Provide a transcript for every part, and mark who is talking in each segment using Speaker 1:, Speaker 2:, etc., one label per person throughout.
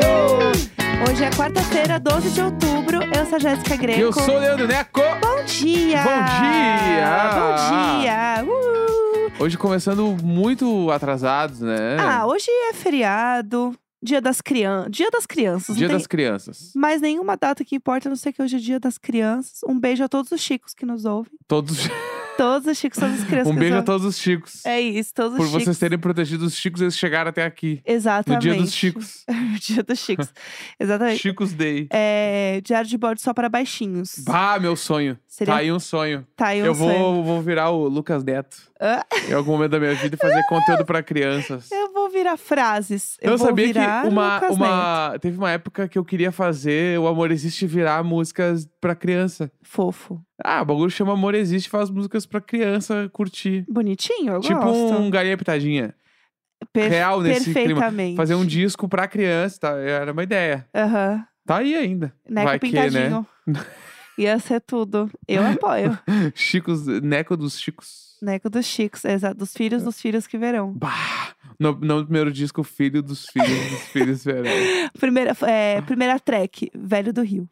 Speaker 1: um Hoje é quarta-feira, 12 de outubro. Eu sou a Jéssica Greco.
Speaker 2: Eu sou o Leandro Neco.
Speaker 1: Bom dia!
Speaker 2: Bom dia! Ah.
Speaker 1: Bom dia! Uh!
Speaker 2: Hoje começando muito atrasados, né?
Speaker 1: Ah, hoje é feriado, dia das crianças. Dia das crianças,
Speaker 2: Dia
Speaker 1: não
Speaker 2: das crianças.
Speaker 1: tem mais nenhuma data que importa, a não ser que hoje é dia das crianças. Um beijo a todos os chicos que nos ouvem.
Speaker 2: Todos.
Speaker 1: Todos os chicos, todas as crianças
Speaker 2: um
Speaker 1: que
Speaker 2: beijo a
Speaker 1: nos ouvem.
Speaker 2: todos os chicos.
Speaker 1: É isso, todos
Speaker 2: Por
Speaker 1: os chicos.
Speaker 2: vocês terem protegido os chicos, eles chegaram até aqui. No
Speaker 1: Exatamente.
Speaker 2: dia dos chicos.
Speaker 1: No dia dos chicos. Exatamente.
Speaker 2: Chicos Day.
Speaker 1: É, diário de bordo só para baixinhos.
Speaker 2: Bah, meu sonho.
Speaker 1: Seria-
Speaker 2: Tá aí um sonho.
Speaker 1: Tá aí um
Speaker 2: eu vou,
Speaker 1: sonho.
Speaker 2: vou virar o Lucas Neto
Speaker 1: Ah.
Speaker 2: em algum momento da minha vida e fazer conteúdo pra crianças. Então,
Speaker 1: Eu vou virar frases. Eu, vou
Speaker 2: sabia
Speaker 1: virar
Speaker 2: que uma,
Speaker 1: Lucas Neto.
Speaker 2: uma teve uma época que eu queria fazer o Amor Existe virar músicas pra criança.
Speaker 1: Fofo.
Speaker 2: Ah, o bagulho chama Amor Existe, faz músicas pra criança curtir.
Speaker 1: Bonitinho, eu
Speaker 2: tipo
Speaker 1: gosto.
Speaker 2: um galinha pitadinha.
Speaker 1: Per-
Speaker 2: real nesse clima.
Speaker 1: Perfeitamente.
Speaker 2: Fazer um disco pra criança, tá? era uma ideia.
Speaker 1: Aham.
Speaker 2: Tá aí ainda.
Speaker 1: Neco
Speaker 2: Vai que, né?
Speaker 1: pintadinho. Ia ser tudo. Eu apoio.
Speaker 2: Chicos, Neco dos Chicos.
Speaker 1: Neco dos Chicos, exato. Dos filhos dos filhos que verão.
Speaker 2: Bah! No, no primeiro disco, Filho dos Filhos dos Filhos Verão.
Speaker 1: Primeira, é, primeira track, Velho do Rio.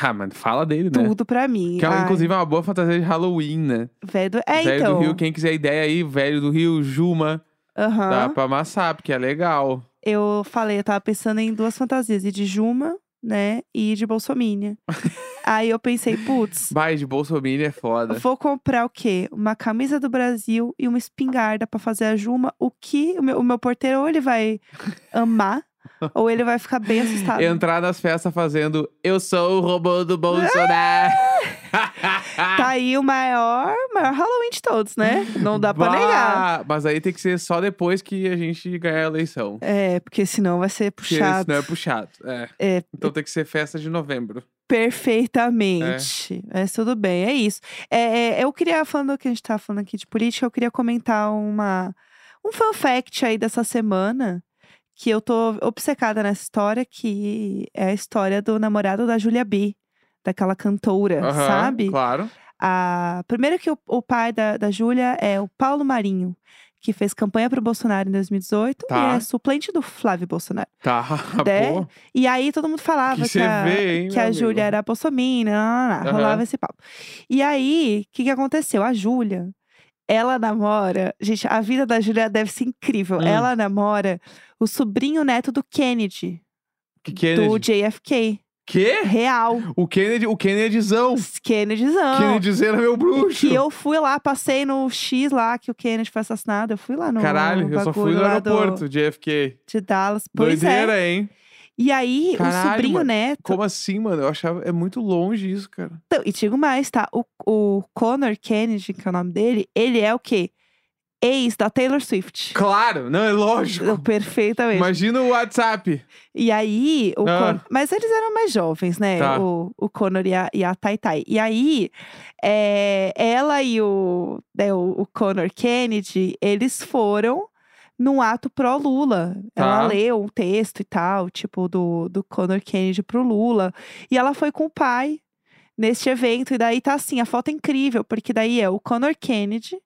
Speaker 2: Ah, mano, fala dele, né?
Speaker 1: Tudo pra mim.
Speaker 2: Que é,
Speaker 1: Ai,
Speaker 2: inclusive, é uma boa fantasia de Halloween, né?
Speaker 1: Velho do, é,
Speaker 2: velho
Speaker 1: então.
Speaker 2: do Rio, quem quiser ideia aí, velho do Rio, Juma,
Speaker 1: Aham.
Speaker 2: dá pra amassar, porque é legal.
Speaker 1: Eu falei, eu tava pensando em duas fantasias, e de Juma, né? E de Bolsomínia. Aí eu pensei, putz,
Speaker 2: Vai de Bolsonaro é foda.
Speaker 1: Vou comprar o quê? Uma camisa do Brasil e uma espingarda pra fazer a Juma. O que o meu, o meu porteiro ou ele vai amar, ou ele vai ficar bem assustado.
Speaker 2: Entrar nas festas fazendo Eu sou o robô do Bolsonaro.
Speaker 1: Tá aí o maior, maior Halloween de todos, né? Não dá pra negar.
Speaker 2: Bah! Mas aí tem que ser só depois que a gente ganhar a eleição.
Speaker 1: É, porque senão vai ser
Speaker 2: Porque
Speaker 1: puxado
Speaker 2: senão é puxado. É.
Speaker 1: É.
Speaker 2: Então tem que ser festa de novembro.
Speaker 1: perfeitamente. Mas tudo bem, é isso. É, é, eu queria, falando que a gente tava falando aqui de política, eu queria comentar uma, um fun fact aí dessa semana. que eu tô obcecada nessa história, que é a história do namorado da Julia B, daquela cantora,
Speaker 2: Aham,
Speaker 1: É, sabe?
Speaker 2: Claro.
Speaker 1: A... Primeiro que o, o pai da, da Júlia é o Paulo Marinho, que fez campanha pro Bolsonaro em 2018
Speaker 2: Tá.
Speaker 1: e é suplente do Flávio Bolsonaro.
Speaker 2: Tá.
Speaker 1: Né?
Speaker 2: Pô,
Speaker 1: E aí todo mundo falava
Speaker 2: que
Speaker 1: que,
Speaker 2: você
Speaker 1: a,
Speaker 2: vê, hein,
Speaker 1: que
Speaker 2: meu
Speaker 1: a
Speaker 2: amigo?
Speaker 1: Júlia era bolsominion, lá, lá, lá,
Speaker 2: Aham.
Speaker 1: rolava esse papo. E aí, o que, que aconteceu? A Júlia, ela namora. Gente, a vida da Júlia deve ser incrível.
Speaker 2: Hum.
Speaker 1: Ela namora o sobrinho neto do Kennedy,
Speaker 2: Que Kennedy.
Speaker 1: do JFK.
Speaker 2: Quê?
Speaker 1: Real.
Speaker 2: O Kennedy, o Kennedyzão.
Speaker 1: Kennedyzão.
Speaker 2: Kennedyzão é meu bruxo.
Speaker 1: Que eu fui lá, passei no X lá que o Kennedy foi assassinado. Eu fui lá no.
Speaker 2: Caralho, eu só fui
Speaker 1: um bagulho
Speaker 2: no
Speaker 1: lá do-
Speaker 2: aeroporto de FK.
Speaker 1: de Dallas. Pois
Speaker 2: Doideira,
Speaker 1: é. Então
Speaker 2: hein?
Speaker 1: E aí,
Speaker 2: Caralho,
Speaker 1: o sobrinho
Speaker 2: mano.
Speaker 1: neto.
Speaker 2: Como assim, mano? Eu achava. É muito longe isso, cara.
Speaker 1: Então, e te digo mais, tá? O, o Connor Kennedy, que é o nome dele, ele é o quê? Ex da Taylor Swift.
Speaker 2: Claro, não, é lógico.
Speaker 1: Perfeitamente.
Speaker 2: Imagina o WhatsApp.
Speaker 1: E aí, o
Speaker 2: Ah.
Speaker 1: Con- Mas eles eram mais jovens, né?
Speaker 2: Tá.
Speaker 1: O, o Connor e a, e a Tai Tai. E aí, é, ela e o, né, o, o Connor Kennedy, eles foram num ato pró-Lula. Ela
Speaker 2: Tá.
Speaker 1: leu um texto e tal, tipo, do, do Connor Kennedy pro Lula. E ela foi com o pai neste evento. E daí tá assim, a foto é incrível, porque daí é o Connor Kennedy,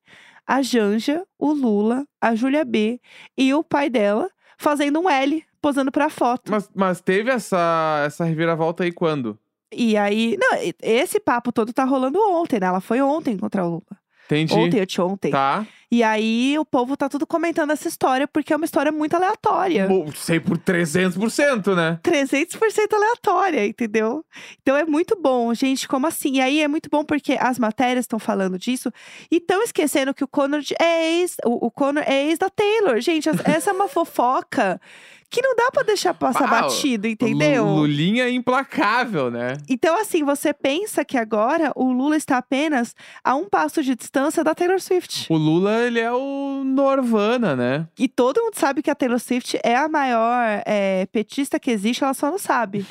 Speaker 1: a Janja, o Lula, a Júlia B e o pai dela fazendo um L, posando pra foto.
Speaker 2: Mas, mas teve essa, essa reviravolta aí quando?
Speaker 1: E aí, não, e- esse papo todo tá rolando ontem, né? Ela foi ontem contra o Lula.
Speaker 2: Entendi.
Speaker 1: Ontem, eu te ontem.
Speaker 2: Tá.
Speaker 1: E aí o povo tá tudo comentando essa história porque é uma história muito aleatória.
Speaker 2: Bom, Sei por 300%, né?
Speaker 1: 300% aleatória, entendeu? Então é muito bom, gente, como assim? E aí é muito bom porque as matérias estão falando disso e estão esquecendo que o Conor de- é ex, o, o Conor é ex da Taylor. Gente, as- essa é uma fofoca que não dá pra deixar passar
Speaker 2: Ah, o-
Speaker 1: batido, entendeu?
Speaker 2: Lu- Lulinha é implacável, né?
Speaker 1: Então, assim, você pensa que agora o Lula está apenas a um passo de distância da Taylor Swift.
Speaker 2: O Lula, ele é o Norvana, né?
Speaker 1: E todo mundo sabe que a Taylor Swift é a maior é, petista que existe, ela só não sabe.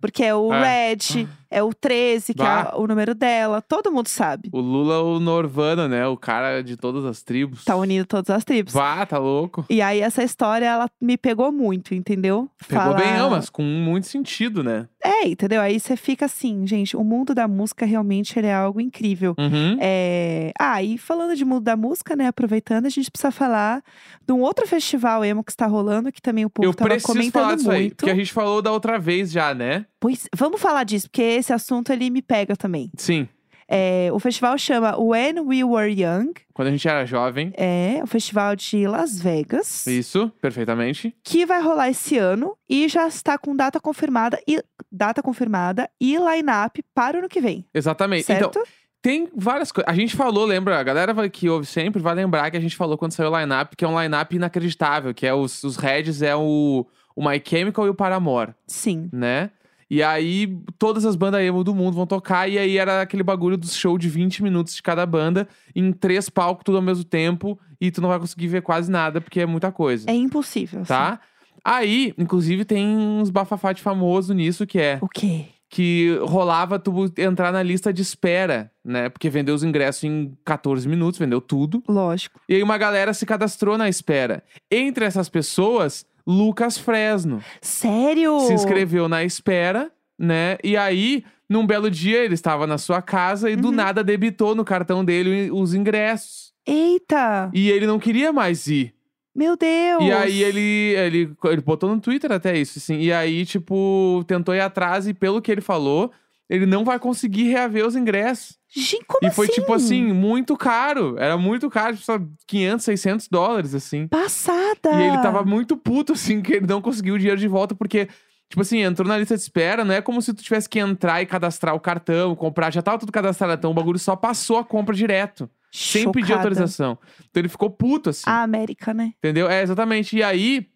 Speaker 1: Porque é o
Speaker 2: É.
Speaker 1: Red, é o 13, que
Speaker 2: Bah.
Speaker 1: é o número dela, todo mundo sabe.
Speaker 2: O Lula é o Norvana, né? O cara de todas as tribos.
Speaker 1: Tá unindo Tá todas as tribos.
Speaker 2: Vá, tá louco.
Speaker 1: E aí, essa história, ela me pegou muito, entendeu?
Speaker 2: Pegou
Speaker 1: Fala-
Speaker 2: bem, não, mas com muito sentido, né?
Speaker 1: É, entendeu? Aí você fica assim, gente, o mundo da música realmente ele é algo incrível.
Speaker 2: Uhum.
Speaker 1: É... Ah, e falando de mundo da música, né? Aproveitando, a gente precisa falar de um outro festival emo que está rolando, Tipo, que também o povo
Speaker 2: Eu
Speaker 1: tava
Speaker 2: preciso
Speaker 1: comentando
Speaker 2: falar disso aí,
Speaker 1: muito.
Speaker 2: porque a gente falou da outra vez já, né?
Speaker 1: Pois, vamos falar disso, porque esse assunto ele me pega também.
Speaker 2: Sim,
Speaker 1: É, o festival chama When We Were Young,
Speaker 2: quando a gente era jovem.
Speaker 1: é o festival de Las Vegas,
Speaker 2: Isso, perfeitamente.
Speaker 1: que vai rolar esse ano e já está com data confirmada e data confirmada e line-up para o ano que vem.
Speaker 2: Exatamente. Então,
Speaker 1: Certo?
Speaker 2: tem várias coisas. A gente falou, lembra? A galera vai- que ouve sempre vai lembrar que a gente falou quando saiu o line-up, que é um line-up inacreditável, que é os, os Reds, é o, o My Chemical e o Paramore,
Speaker 1: Sim.
Speaker 2: né? E aí, todas as bandas emo do mundo vão tocar, e aí era aquele bagulho do show de 20 minutos de cada banda, em três palcos, tudo ao mesmo tempo, e tu não vai conseguir ver quase nada, porque é muita coisa.
Speaker 1: É impossível. assim.
Speaker 2: tá? Aí, inclusive, tem uns bafafate famoso nisso, que é
Speaker 1: assim. O quê?
Speaker 2: que rolava tu entrar na lista de espera, né? Porque vendeu os ingressos em 14 minutos, vendeu tudo.
Speaker 1: Lógico.
Speaker 2: E aí uma galera se cadastrou na espera. Entre essas pessoas, Lucas Fresno
Speaker 1: Sério?
Speaker 2: se inscreveu na espera, né? E aí, num belo dia, ele estava na sua casa e do
Speaker 1: Uhum.
Speaker 2: nada debitou no cartão dele os ingressos.
Speaker 1: Eita!
Speaker 2: E ele não queria mais ir.
Speaker 1: Meu Deus!
Speaker 2: E aí ele, ele, ele botou no Twitter até isso, assim. E aí, tipo, tentou ir atrás e pelo que ele falou, ele não vai conseguir reaver os ingressos.
Speaker 1: Gente, como
Speaker 2: e foi,
Speaker 1: assim?
Speaker 2: tipo assim, muito caro. Era muito caro, tipo, só 500, 600 dólares, assim.
Speaker 1: Passada!
Speaker 2: E ele tava muito puto, assim, que ele não conseguiu o dinheiro de volta, porque... Tipo assim, entrou na lista de espera, não é como se tu tivesse que entrar e cadastrar o cartão, comprar, já tava tudo cadastrado, então o bagulho só passou a compra direto, sem pedir
Speaker 1: Chocada.
Speaker 2: autorização. Então ele ficou puto, assim.
Speaker 1: A América, né?
Speaker 2: Entendeu? É, exatamente. E aí,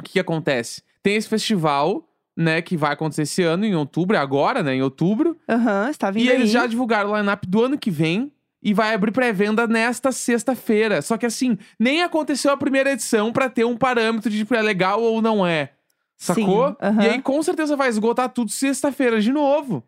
Speaker 2: o que, que acontece? Tem esse festival, né, que vai acontecer esse ano, em outubro, é agora, né, em outubro.
Speaker 1: Aham, está vindo
Speaker 2: e eles
Speaker 1: aí.
Speaker 2: já divulgaram o line-up do ano que vem. E vai abrir pré-venda nesta sexta-feira. Só que assim, nem aconteceu a primeira edição pra ter um parâmetro de tipo, é legal ou não é. Sacou?
Speaker 1: Sim, aham.
Speaker 2: E aí com certeza vai esgotar tudo sexta-feira de novo.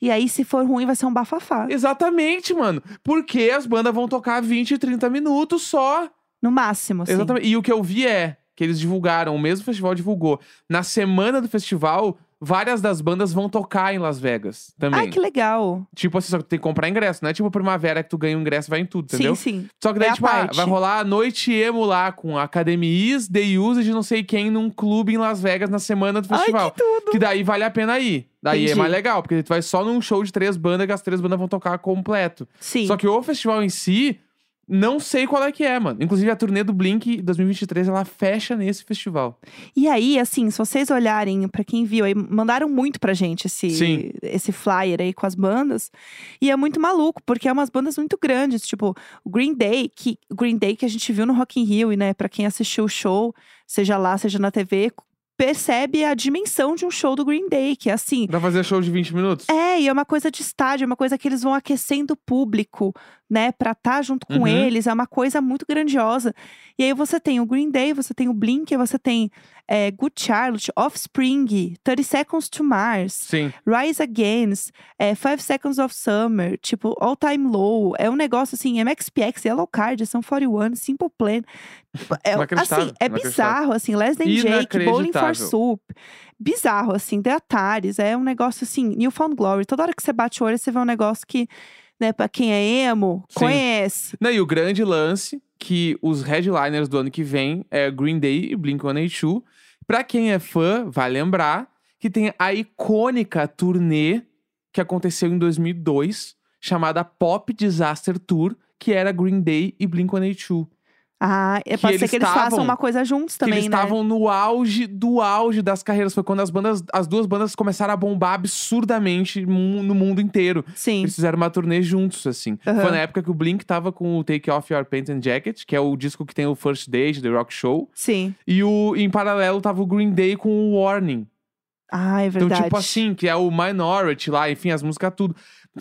Speaker 1: E aí, se for ruim, vai ser um bafafá.
Speaker 2: Exatamente, mano. Porque as bandas vão tocar 20, 30 minutos só.
Speaker 1: No máximo, assim.
Speaker 2: Exatamente. E o que eu vi é que eles divulgaram, o mesmo festival divulgou. Na semana do festival, várias das bandas vão tocar em Las Vegas também.
Speaker 1: Ai, que legal.
Speaker 2: Tipo assim, só que tu tem que comprar ingresso, não é tipo primavera que tu ganha um ingresso e vai em tudo, entendeu?
Speaker 1: Sim, sim.
Speaker 2: Só que daí,
Speaker 1: É a
Speaker 2: tipo, ah,
Speaker 1: parte.
Speaker 2: vai rolar a noite emo lá com academies, The Usage, não sei quem, num clube em Las Vegas na semana do festival.
Speaker 1: Ai, que tudo.
Speaker 2: Que daí vale a pena ir. Daí é
Speaker 1: Entendi.
Speaker 2: mais legal, porque tu vai só num show de três bandas que as três bandas vão tocar completo.
Speaker 1: Sim.
Speaker 2: Só que o festival em si, não sei qual é que é, mano. Inclusive, a turnê do Blink 2023, ela fecha nesse festival.
Speaker 1: E aí, assim, se vocês olharem, pra quem viu aí, mandaram muito pra gente esse,
Speaker 2: Sim.
Speaker 1: esse flyer aí com as bandas. E é muito maluco, porque é umas bandas muito grandes, tipo o Green Day, que o Green Day que a gente viu no Rock in Rio, e né, pra quem assistiu o show, seja lá, seja na TV, percebe a dimensão de um show do Green Day, que é assim,
Speaker 2: Pra fazer show de 20 minutos?
Speaker 1: é, e é uma coisa de estádio, é uma coisa que eles vão aquecendo o público, né, pra estar junto com
Speaker 2: Uhum.
Speaker 1: eles, é uma coisa muito grandiosa. E aí você tem o Green Day, você tem o Blink, você tem é, Good Charlotte, Offspring, 30 Seconds to Mars,
Speaker 2: Sim.
Speaker 1: Rise Against, é, Five Seconds of Summer, tipo, All Time Low, é um negócio assim, MXPX, Yellow Card, são 41, Simple Plan. Tipo, É,
Speaker 2: Inacreditável,
Speaker 1: assim, é
Speaker 2: inacreditável.
Speaker 1: bizarro, assim, Les Than Jake, Bowling
Speaker 2: Inacreditável.
Speaker 1: for Soup. Bizarro, assim, The Ataris, é um negócio assim, Newfound Glory. Toda hora que você bate o olho, você vê um negócio que, né, pra quem é emo,
Speaker 2: Sim.
Speaker 1: conhece.
Speaker 2: Né, e o grande lance, que os headliners do ano que vem é Green Day e Blink-182. Pra quem é fã, vai lembrar que tem a icônica turnê que aconteceu em 2002, chamada Pop Disaster Tour, que era Green Day e Blink-182.
Speaker 1: Ah, é,
Speaker 2: Que
Speaker 1: pode ser
Speaker 2: eles
Speaker 1: que eles
Speaker 2: estavam-
Speaker 1: façam uma coisa juntos
Speaker 2: que
Speaker 1: também,
Speaker 2: eles
Speaker 1: né?
Speaker 2: estavam no auge do auge das carreiras. Foi quando as bandas, as duas bandas começaram a bombar absurdamente mu- no mundo inteiro.
Speaker 1: Sim,
Speaker 2: Eles fizeram uma turnê juntos, assim.
Speaker 1: Aham.
Speaker 2: Foi na época que o Blink tava com o Take Off Your Pants and Jacket, que é o disco que tem o First Day de The Rock Show.
Speaker 1: sim.
Speaker 2: E o, em paralelo tava o Green Day com o Warning.
Speaker 1: Ah, é verdade.
Speaker 2: Então, tipo assim, que é o Minority lá, enfim, as músicas tudo.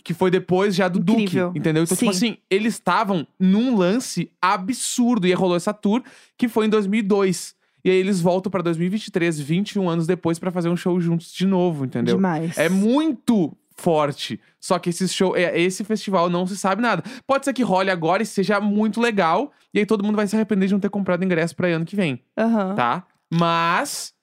Speaker 2: Que foi depois já do
Speaker 1: Incrível.
Speaker 2: Duke, entendeu? Então, tipo
Speaker 1: Sim.
Speaker 2: assim, eles estavam num lance absurdo. E rolou essa tour, que foi em 2002. E aí eles voltam pra 2023, 21 anos depois, pra fazer um show juntos de novo, entendeu?
Speaker 1: Demais.
Speaker 2: É muito forte. Só que esse show, é- esse festival não se sabe nada. Pode ser que role agora e seja muito legal. E aí todo mundo vai se arrepender de não ter comprado ingresso pra ano que vem,
Speaker 1: Aham.
Speaker 2: tá? Mas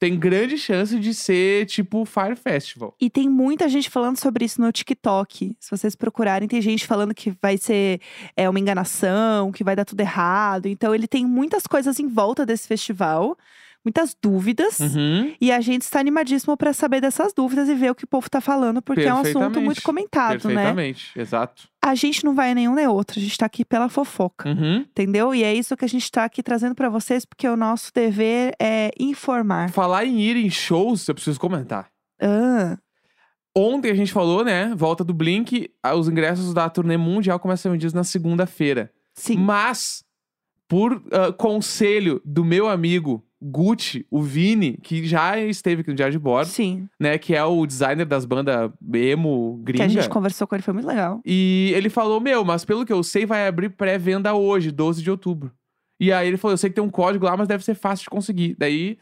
Speaker 2: tem grande chance de ser tipo Fire Festival.
Speaker 1: E tem muita gente falando sobre isso no TikTok. Se vocês procurarem, tem gente falando que vai ser é, uma enganação, que vai dar tudo errado. Então, ele tem muitas coisas em volta desse festival, muitas dúvidas.
Speaker 2: Uhum.
Speaker 1: E a gente está animadíssimo para saber dessas dúvidas e ver o que o povo tá falando, porque é um assunto
Speaker 2: Perfeitamente.
Speaker 1: muito comentado, né?
Speaker 2: Perfeitamente, exato.
Speaker 1: A gente não vai a nenhum nem outro, a gente tá aqui pela fofoca.
Speaker 2: Uhum.
Speaker 1: Entendeu? E é isso que a gente tá aqui trazendo para vocês, porque o nosso dever é informar.
Speaker 2: Falar em ir em shows, eu preciso comentar.
Speaker 1: Ah,
Speaker 2: Ontem a gente falou, né? Volta do Blink, ah, os ingressos da turnê mundial começam a ser vendidos na segunda-feira.
Speaker 1: sim.
Speaker 2: Mas, por ah, conselho do meu amigo Gucci, o Vini, que já esteve aqui no Diário de Bordo,
Speaker 1: Sim.
Speaker 2: né? Que é o designer das bandas emo
Speaker 1: Que
Speaker 2: gringa.
Speaker 1: a gente conversou com ele, foi muito legal.
Speaker 2: E ele falou, meu, mas pelo que eu sei, vai abrir pré-venda hoje, 12 de outubro. E aí ele falou, eu sei que tem um código lá, mas deve ser fácil de conseguir. Daí,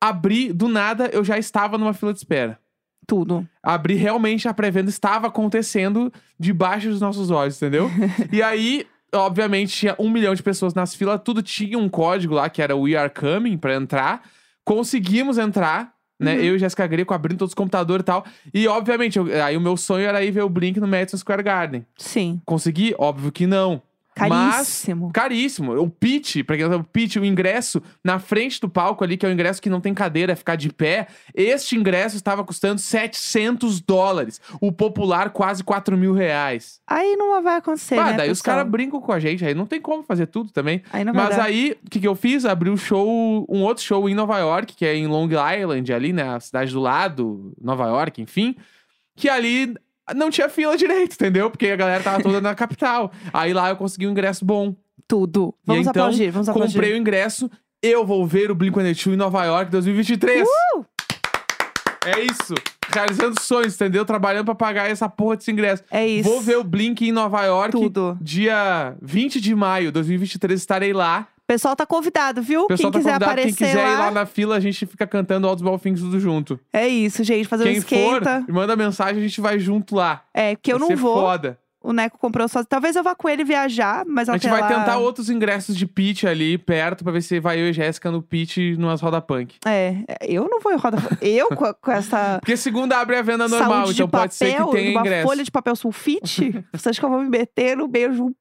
Speaker 2: abri, do nada, eu já estava numa fila de espera.
Speaker 1: Tudo.
Speaker 2: Abri realmente a pré-venda, estava acontecendo debaixo dos nossos olhos, entendeu? e aí, obviamente, tinha um milhão de pessoas nas filas, tudo tinha um código lá, que era o We Are Coming, pra entrar. Conseguimos entrar, né?
Speaker 1: Uhum.
Speaker 2: Eu e Jéssica Greco abrindo todos os computadores e tal. E, obviamente, eu- aí o meu sonho era ir ver o Blink no Madison Square Garden.
Speaker 1: Sim.
Speaker 2: Consegui? Óbvio que não.
Speaker 1: Caríssimo.
Speaker 2: Caríssimo. O pitch, pra quem não sabe, o pitch, o ingresso na frente do palco ali, que é o ingresso que não tem cadeira, é ficar de pé. Este ingresso estava custando 700 dólares. O popular, quase 4 mil reais.
Speaker 1: Aí não vai acontecer,
Speaker 2: Ah,
Speaker 1: né,
Speaker 2: daí os
Speaker 1: pessoal?
Speaker 2: caras brincam com a gente, aí não tem como fazer tudo também.
Speaker 1: Aí não vai
Speaker 2: Mas
Speaker 1: dar.
Speaker 2: aí, o que, que eu fiz? Abri um show, um outro show em Nova York, que é em Long Island, ali, né? A cidade do lado, Nova York, enfim. Que ali não tinha fila direito, entendeu? Porque a galera tava toda na capital. Aí lá eu consegui um ingresso bom.
Speaker 1: Tudo. Vamos
Speaker 2: então,
Speaker 1: aplaudir, vamos aplaudir.
Speaker 2: Comprei o ingresso. Eu vou ver o Blink-182 em Nova York 2023.
Speaker 1: Uh!
Speaker 2: É isso. Realizando sonhos, entendeu? Trabalhando pra pagar essa porra desse ingresso.
Speaker 1: É isso.
Speaker 2: Vou ver o Blink em Nova York.
Speaker 1: Tudo.
Speaker 2: Dia 20 de maio de 2023 estarei lá.
Speaker 1: O pessoal tá convidado, viu?
Speaker 2: O
Speaker 1: quem
Speaker 2: pessoal tá
Speaker 1: quiser
Speaker 2: convidado.
Speaker 1: aparecer
Speaker 2: Quem quiser
Speaker 1: lá,
Speaker 2: ir lá na fila, a gente fica cantando Altos Balfins tudo junto.
Speaker 1: É isso, gente. Fazer um
Speaker 2: Quem for,
Speaker 1: esquenta.
Speaker 2: me manda mensagem, a gente vai junto lá.
Speaker 1: É, porque eu
Speaker 2: vai
Speaker 1: não
Speaker 2: ser
Speaker 1: vou.
Speaker 2: foda.
Speaker 1: O Neco comprou sozinho. Talvez eu vá com ele viajar, mas
Speaker 2: A gente
Speaker 1: até
Speaker 2: vai
Speaker 1: lá...
Speaker 2: tentar outros ingressos de pitch ali perto pra ver se vai eu e Jéssica no pitch numas roda punk.
Speaker 1: É, eu não vou em roda. eu com, com essa.
Speaker 2: Porque segunda abre a venda normal,
Speaker 1: saúde de
Speaker 2: então
Speaker 1: papel,
Speaker 2: pode ser que tenha
Speaker 1: uma
Speaker 2: ingresso.
Speaker 1: folha de papel sulfite, você acha que eu vou me meter no meio de um-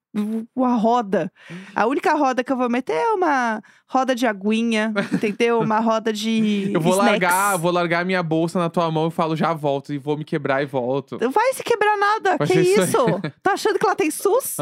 Speaker 1: uma roda? A única roda que eu vou meter é uma roda de aguinha, entendeu? Uma roda de
Speaker 2: Eu vou
Speaker 1: snacks.
Speaker 2: largar, vou largar minha bolsa na tua mão e falo, já volto, e vou me quebrar e volto.
Speaker 1: Não vai se quebrar nada,
Speaker 2: Vai
Speaker 1: que
Speaker 2: ser isso aí. Ah.
Speaker 1: isso? Tá achando que lá tem SUS?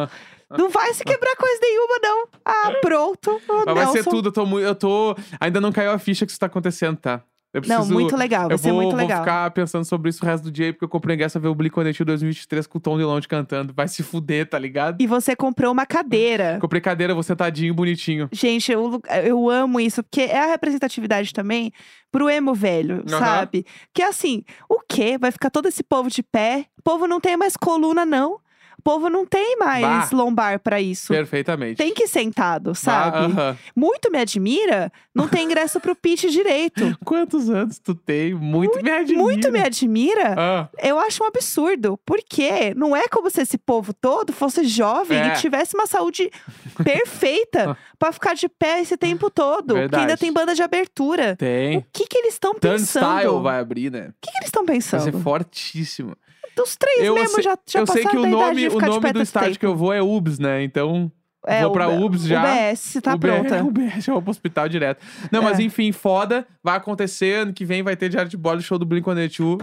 Speaker 1: não vai se quebrar coisa nenhuma, não. Ah, pronto. O
Speaker 2: Mas vai ser
Speaker 1: Nelson-
Speaker 2: tudo, eu tô muito. Eu tô. Ainda não caiu a ficha que isso tá acontecendo, tá? Eu preciso.
Speaker 1: Não, muito legal, vai
Speaker 2: eu
Speaker 1: ser
Speaker 2: vou,
Speaker 1: muito
Speaker 2: vou
Speaker 1: legal.
Speaker 2: ficar pensando sobre isso o resto do dia, aí, porque eu comprei ingresso a ver o Blink 2023 com o Tom Dilonde cantando. Vai se fuder, tá ligado?
Speaker 1: E você comprou uma cadeira.
Speaker 2: Comprei cadeira, vou sentadinho, bonitinho.
Speaker 1: Gente, eu, lu- eh, eu amo isso, porque é a representatividade também pro emo velho,
Speaker 2: Aham.
Speaker 1: sabe? Que é assim, o quê? Vai ficar todo esse povo de pé? O povo não tem mais coluna, não. O povo não tem mais
Speaker 2: Bah.
Speaker 1: lombar pra isso.
Speaker 2: Perfeitamente.
Speaker 1: Tem que ir sentado, sabe?
Speaker 2: Ah, aham.
Speaker 1: Muito me admira, não tem ingresso pro pitch direito.
Speaker 2: Quantos anos tu tem? Muito, me admira.
Speaker 1: Muito me admira.
Speaker 2: Ah,
Speaker 1: Eu acho um absurdo, porque não é como se esse povo todo fosse jovem
Speaker 2: É.
Speaker 1: e tivesse uma saúde perfeita pra ficar de pé esse tempo todo. Porque
Speaker 2: Verdade.
Speaker 1: ainda tem banda de abertura. O
Speaker 2: tem.
Speaker 1: que que eles estão pensando?
Speaker 2: Turnstile
Speaker 1: O
Speaker 2: vai abrir, né?
Speaker 1: que que eles estão
Speaker 2: Vai ser
Speaker 1: pensando?
Speaker 2: fortíssimo.
Speaker 1: Dos três
Speaker 2: Eu
Speaker 1: mesmo
Speaker 2: sei-
Speaker 1: já, já
Speaker 2: eu sei
Speaker 1: passaram
Speaker 2: que o
Speaker 1: da idade de
Speaker 2: nome, o
Speaker 1: ficar de
Speaker 2: nome
Speaker 1: pé
Speaker 2: do
Speaker 1: tanto
Speaker 2: estádio
Speaker 1: tempo.
Speaker 2: que eu vou é UBS, né? Então é
Speaker 1: É,
Speaker 2: vou
Speaker 1: o
Speaker 2: pra
Speaker 1: B-
Speaker 2: UBS já.
Speaker 1: UBS, tá
Speaker 2: UBS,
Speaker 1: pronta.
Speaker 2: UBS, eu vou pro hospital direto. Não, mas
Speaker 1: É.
Speaker 2: enfim, foda. Vai acontecer, ano que vem vai ter diário de bola show do Blink-182.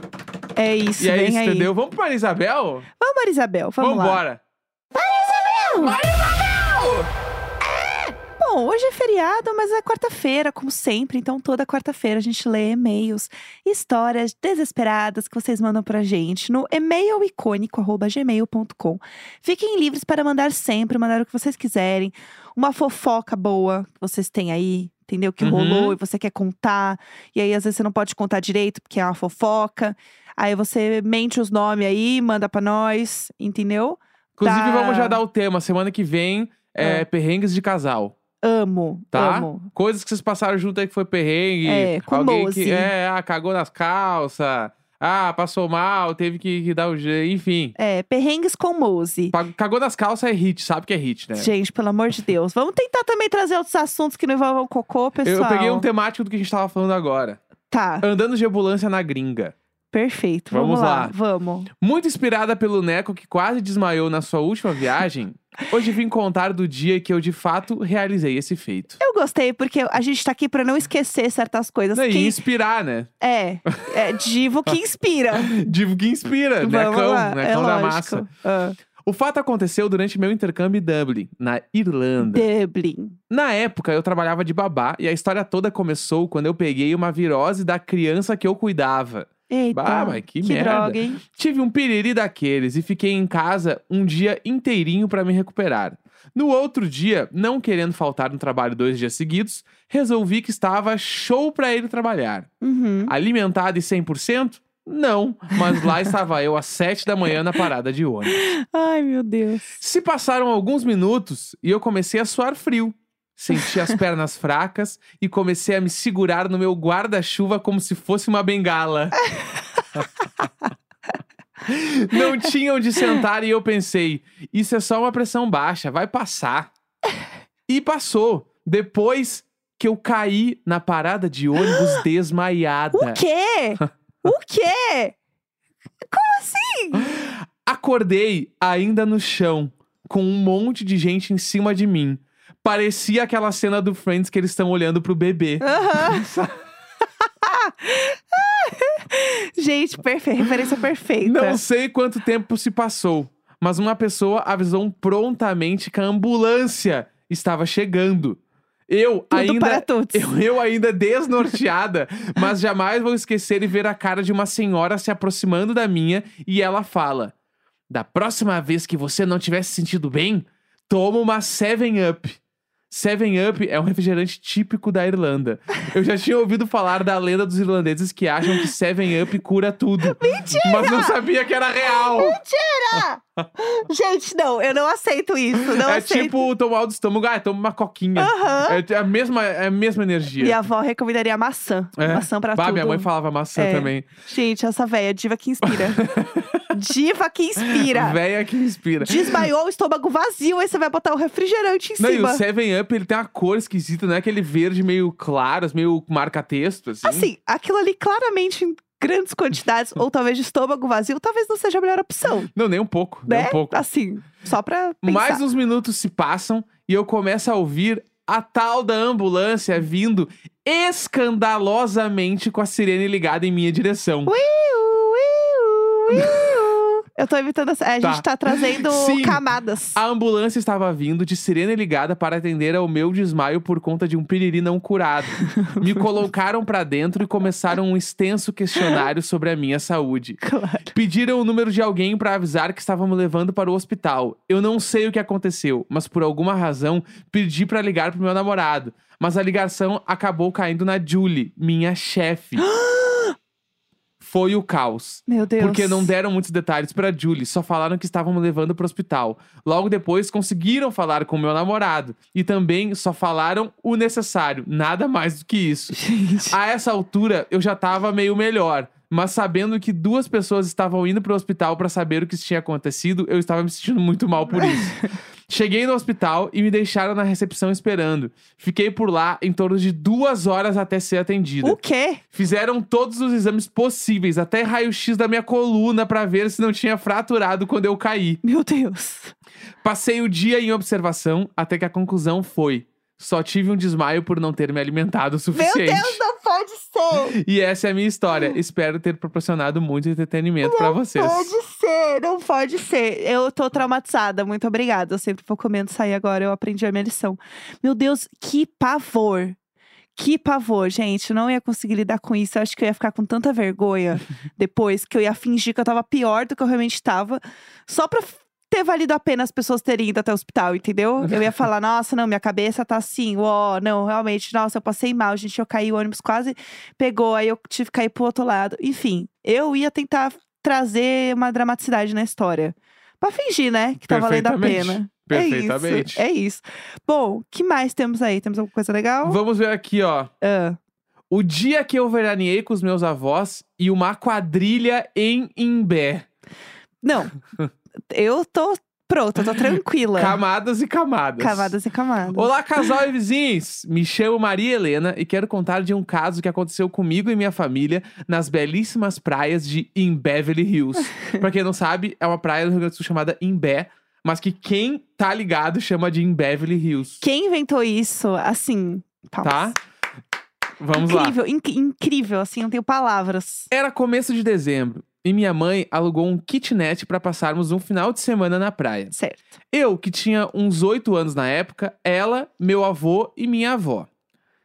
Speaker 1: É isso,
Speaker 2: E é
Speaker 1: vem
Speaker 2: isso,
Speaker 1: aí.
Speaker 2: entendeu? Vamos pra Isabel?
Speaker 1: Vamos, Marisabel, vamos lá.
Speaker 2: Vambora.
Speaker 1: Bom, hoje é feriado, mas é quarta-feira, como sempre. Então, toda quarta-feira a gente lê e-mails, histórias desesperadas que vocês mandam pra gente no e-mailicônico.gmail.com. Fiquem livres para mandar sempre, mandar o que vocês quiserem. Uma fofoca boa que vocês têm aí, entendeu? Que
Speaker 2: Uhum.
Speaker 1: rolou e você quer contar. E aí, às vezes, você não pode contar direito porque é uma fofoca. Aí você mente os nomes aí, manda pra nós, entendeu?
Speaker 2: Inclusive,
Speaker 1: Tá. Ah.
Speaker 2: vamos já dar o tema. Semana que vem é, perrengues de casal.
Speaker 1: Amo,
Speaker 2: Tá?
Speaker 1: amo.
Speaker 2: Coisas que vocês passaram junto aí que foi perrengue.
Speaker 1: É, com
Speaker 2: alguém que
Speaker 1: Mose.
Speaker 2: é, ah, cagou nas calças. Ah, passou mal, teve que, que dar o jeito. Enfim.
Speaker 1: É, perrengues com Mose.
Speaker 2: Pa- Cagou nas calças é hit, sabe que é hit, né?
Speaker 1: Gente, pelo amor de Deus. Vamos tentar também trazer outros assuntos que não envolvam cocô,
Speaker 2: Eu- um
Speaker 1: pessoal.
Speaker 2: Eu peguei um temático do que a gente tava falando agora.
Speaker 1: Tá,
Speaker 2: Andando de ambulância na gringa.
Speaker 1: perfeito.
Speaker 2: Vamos
Speaker 1: Vamos,
Speaker 2: lá.
Speaker 1: Vamos.
Speaker 2: Muito inspirada pelo Neco que quase desmaiou na sua última viagem, hoje vim contar do dia que eu de fato realizei esse feito.
Speaker 1: Eu gostei, porque a gente tá aqui pra não esquecer certas coisas.
Speaker 2: Não, é E
Speaker 1: que...
Speaker 2: inspirar, né?
Speaker 1: É, é divo que inspira.
Speaker 2: Digo que inspira, né?
Speaker 1: Vamos
Speaker 2: Necão,
Speaker 1: lá, é
Speaker 2: Necão da
Speaker 1: lógico.
Speaker 2: massa.
Speaker 1: Ah,
Speaker 2: O fato aconteceu durante meu intercâmbio em Dublin, na Irlanda.
Speaker 1: Dublin.
Speaker 2: Na época, eu trabalhava de babá e a história toda começou quando eu peguei uma virose da criança que eu cuidava.
Speaker 1: Eita,
Speaker 2: Bah, mas que merda.
Speaker 1: droga, hein?
Speaker 2: Tive um piriri daqueles e fiquei em casa um dia inteirinho pra me recuperar. No outro dia, não querendo faltar no trabalho dois dias seguidos, resolvi que estava show pra ele trabalhar.
Speaker 1: Uhum.
Speaker 2: Alimentado e 100%? Não, mas lá estava eu às 7 da manhã na parada de ônibus.
Speaker 1: Ai, meu Deus.
Speaker 2: Se passaram alguns minutos e eu comecei a suar frio. Senti as pernas fracas e comecei a me segurar no meu guarda-chuva como se fosse uma bengala. Não tinha onde sentar e eu pensei: isso é só uma pressão baixa, vai passar. E passou. Depois que eu caí na parada de ônibus desmaiada.
Speaker 1: O quê? o quê?
Speaker 2: Acordei ainda no chão, com um monte de gente em cima de mim. Parecia aquela cena do Friends que eles estão olhando pro bebê.
Speaker 1: Aham. Gente, perfeito. Referência perfeita.
Speaker 2: Não sei quanto tempo se passou, mas uma pessoa avisou prontamente que a ambulância estava chegando. Eu
Speaker 1: Tudo
Speaker 2: ainda.
Speaker 1: para todos.
Speaker 2: Eu, eu ainda desnorteada, mas jamais vou esquecer e ver a cara de uma senhora se aproximando da minha e ela fala: Da próxima vez que você não tiver se sentido bem, toma uma 7 Up. 7 Up é um refrigerante típico da Irlanda. Eu já tinha ouvido falar da lenda dos irlandeses que acham que 7 Up cura tudo. Mentira! Mas não sabia que era real.
Speaker 1: Ah! Gente, não, eu não aceito isso. Não
Speaker 2: é
Speaker 1: aceito.
Speaker 2: tipo tomar o do estômago, ah, toma uma coquinha.
Speaker 1: Aham.
Speaker 2: É a mesma, é a mesma energia.
Speaker 1: Minha avó recomendaria maçã.
Speaker 2: É.
Speaker 1: Maçã pra
Speaker 2: Bah,
Speaker 1: tudo.
Speaker 2: minha mãe falava maçã
Speaker 1: É.
Speaker 2: também.
Speaker 1: Gente, essa véia, diva que inspira. diva que inspira.
Speaker 2: Véia é que inspira.
Speaker 1: Desmaiou o estômago vazio, aí você vai botar o refrigerante em
Speaker 2: Não, e o
Speaker 1: cima.
Speaker 2: 7-Up, ele tem uma cor esquisita, né? Aquele verde meio claro, assim, meio marca-texto, assim.
Speaker 1: Assim, aquilo ali claramente em grandes quantidades, ou talvez de estômago vazio, talvez não seja a melhor opção.
Speaker 2: Não, nem um pouco, nem
Speaker 1: Né?
Speaker 2: um pouco.
Speaker 1: Assim, só pra pensar.
Speaker 2: Mais um. uns minutos se passam e eu começo a ouvir a tal da ambulância vindo escandalosamente com a sirene ligada em minha direção.
Speaker 1: Ui, ui, ui, ui. Eu tô evitando essa. A
Speaker 2: Tá.
Speaker 1: gente tá trazendo
Speaker 2: Sim. Ah.
Speaker 1: camadas.
Speaker 2: A ambulância estava vindo de sirene ligada para atender ao meu desmaio por conta de um piriri não curado. Me colocaram pra dentro e começaram um extenso questionário sobre a minha saúde.
Speaker 1: Claro.
Speaker 2: Pediram o número de alguém pra avisar que estavam me levando para o hospital. Eu não sei o que aconteceu, mas por alguma razão pedi pra ligar pro meu namorado. Mas a ligação acabou caindo na Julie, minha chefe. Foi o caos.
Speaker 1: Meu Deus.
Speaker 2: Porque não deram muitos detalhes pra Julie, só falaram que estavam me levando pro hospital. Logo depois conseguiram falar com o meu namorado e também só falaram o necessário, nada mais do que isso.
Speaker 1: Gente.
Speaker 2: A essa altura, eu já tava meio melhor. Mas sabendo que duas pessoas estavam indo pro hospital pra saber o que tinha acontecido, eu estava me sentindo muito mal por isso. Cheguei no hospital e me deixaram na recepção esperando. Fiquei por lá em torno de duas horas até ser atendida.
Speaker 1: O quê?
Speaker 2: Fizeram todos os exames possíveis, até raio-x da minha coluna pra ver se não tinha fraturado quando eu caí.
Speaker 1: Meu Deus.
Speaker 2: Passei o dia em observação até que a conclusão foi: só tive um desmaio por não ter me alimentado
Speaker 1: Meu
Speaker 2: o suficiente.
Speaker 1: Deus, não pode ser.
Speaker 2: E essa é a minha história. Espero ter proporcionado muito entretenimento pra vocês.
Speaker 1: Pode ser, não pode ser. Eu tô traumatizada, muito obrigada. Eu sempre vou comendo sair agora, eu aprendi a minha lição. Meu Deus, que pavor. Que pavor, gente. Eu não ia conseguir lidar com isso. Eu acho que eu ia ficar com tanta vergonha depois que eu ia fingir que eu tava pior do que eu realmente tava. Só pra f- ter valido a pena as pessoas terem ido até o hospital, entendeu? Eu ia falar, nossa, não, minha cabeça tá assim, ó, não, realmente, nossa, eu passei mal, gente, eu caí, o ônibus quase pegou, aí eu tive que cair pro outro lado. Enfim, eu ia tentar trazer uma dramaticidade na história. Pra fingir, né, que tá valendo a
Speaker 2: Perfeitamente.
Speaker 1: pena.
Speaker 2: Perfeitamente.
Speaker 1: É isso, é isso. Bom, que mais temos aí? Temos alguma coisa legal?
Speaker 2: Vamos ver aqui, ó.
Speaker 1: Ah,
Speaker 2: O dia que eu veraneei com os meus avós e uma quadrilha em Imbé.
Speaker 1: não, eu tô pronta, tô tranquila.
Speaker 2: Camadas e camadas.
Speaker 1: Camadas e camadas.
Speaker 2: Olá, casal e vizinhos! Me chamo Maria Helena e quero contar de um caso que aconteceu comigo e minha família nas belíssimas praias de Em Beverly Hills. pra quem não sabe, é uma praia do Rio Grande do Sul chamada Imbé, mas que quem tá ligado chama de Em Beverly Hills.
Speaker 1: Quem inventou isso, assim, palmas.
Speaker 2: Tá? Vamos lá.
Speaker 1: incrível, inc- incrível, assim, não tenho palavras.
Speaker 2: Era começo de dezembro e minha mãe alugou um kitnet pra passarmos um final de semana na praia.
Speaker 1: Certo.
Speaker 2: Eu, que tinha uns oito anos na época, ela, meu avô e minha avó.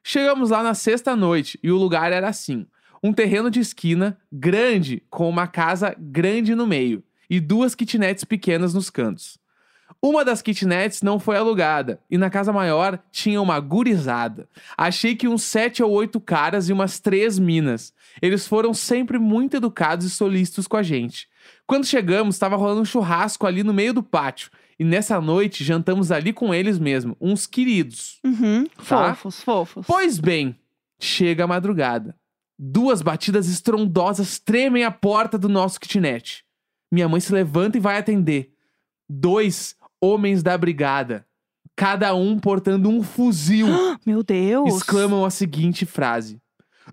Speaker 2: Chegamos lá na sexta noite e o lugar era assim: um terreno de esquina grande, com uma casa grande no meio e duas kitnets pequenas nos cantos. Uma das kitnets não foi alugada e na casa maior tinha uma gurizada. Achei que uns sete ou oito caras e umas três minas. Eles foram sempre muito educados e solícitos com a gente. Quando chegamos, estava rolando um churrasco ali no meio do pátio. E nessa noite jantamos ali com eles mesmo, uns queridos.
Speaker 1: Uhum.
Speaker 2: Tá.
Speaker 1: Fofos, fofos.
Speaker 2: Pois bem, chega a madrugada. Duas batidas estrondosas tremem a porta do nosso kitnet. Minha mãe se levanta e vai atender. Dois homens da brigada, cada um portando um fuzil,
Speaker 1: Meu Deus.
Speaker 2: exclamam a seguinte frase: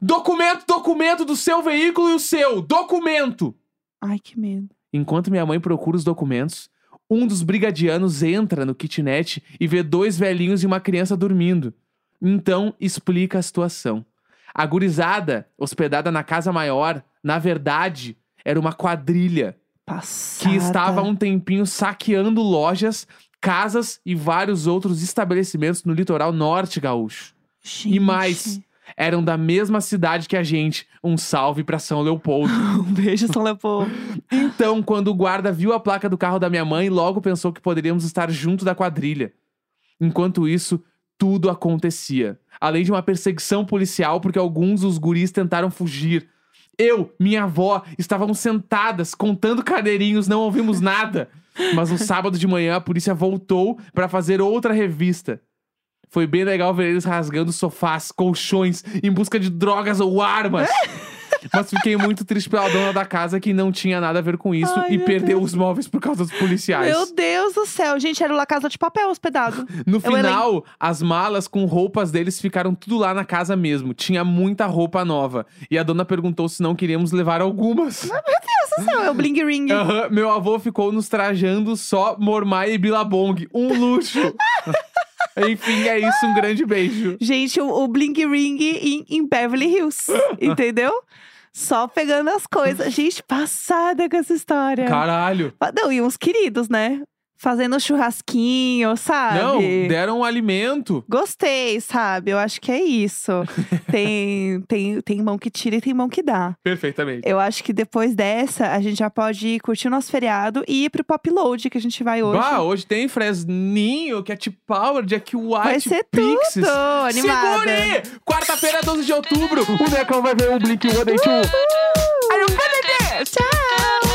Speaker 2: Documento, documento do seu veículo e o seu! Documento!
Speaker 1: Ai, que medo.
Speaker 2: Enquanto minha mãe procura os documentos, um dos brigadianos entra no kitnet e vê dois velhinhos e uma criança dormindo. Então explica a situação. A gurizada, hospedada na casa maior, na verdade, era uma quadrilha que
Speaker 1: Passada.
Speaker 2: estava há um tempinho saqueando lojas, casas e vários outros estabelecimentos no litoral norte gaúcho.
Speaker 1: Gente.
Speaker 2: E mais, eram da mesma cidade que a gente. Um salve pra São Leopoldo.
Speaker 1: Um beijo, São Leopoldo.
Speaker 2: Então, quando o guarda viu a placa do carro da minha mãe, logo pensou que poderíamos estar junto da quadrilha. Enquanto isso, tudo acontecia. Além de uma perseguição policial, porque alguns dos guris tentaram fugir. Eu, minha avó, estávamos sentadas, contando cadeirinhos, não ouvimos nada. Mas no sábado de manhã, a polícia voltou para fazer outra revista. Foi bem legal ver eles rasgando sofás, colchões, em busca de drogas ou armas. Mas fiquei muito triste pela dona da casa que não tinha nada a ver com isso
Speaker 1: Ai,
Speaker 2: e
Speaker 1: meu
Speaker 2: perdeu os móveis por causa dos policiais.
Speaker 1: Meu Deus do céu. Gente, era La Casa de Papel hospedado.
Speaker 2: No
Speaker 1: Eu elenco.
Speaker 2: final, as malas com roupas deles ficaram tudo lá na casa mesmo. Tinha muita roupa nova. E a dona perguntou se não queríamos levar algumas.
Speaker 1: Nossa senhora, é o Bling Ring.
Speaker 2: Aham, meu avô ficou nos trajando só mormai e bilabong. Um luxo. Enfim, é isso. Um grande beijo.
Speaker 1: Gente, o, o Bling Ring em, em Beverly Hills. entendeu? Só pegando as coisas. Gente, passada com essa história.
Speaker 2: Caralho.
Speaker 1: Ah, Não, e uns queridos, né? Fazendo churrasquinho, sabe?
Speaker 2: Não, deram um alimento.
Speaker 1: Gostei, sabe? Eu acho que é isso. tem, tem, tem mão que tira e tem mão que dá.
Speaker 2: Perfeitamente.
Speaker 1: Eu acho que depois dessa, a gente já pode curtir o nosso feriado e ir pro Pop Load que a gente vai hoje.
Speaker 2: Bah, hoje tem Fresninho, Cat Power, Jack White,
Speaker 1: vai ser
Speaker 2: Pixies.
Speaker 1: tudo! Animada!
Speaker 2: Segure! Quarta-feira, 12 de outubro, o Necão vai ver o Blink 182.
Speaker 1: Uhul! Tchau!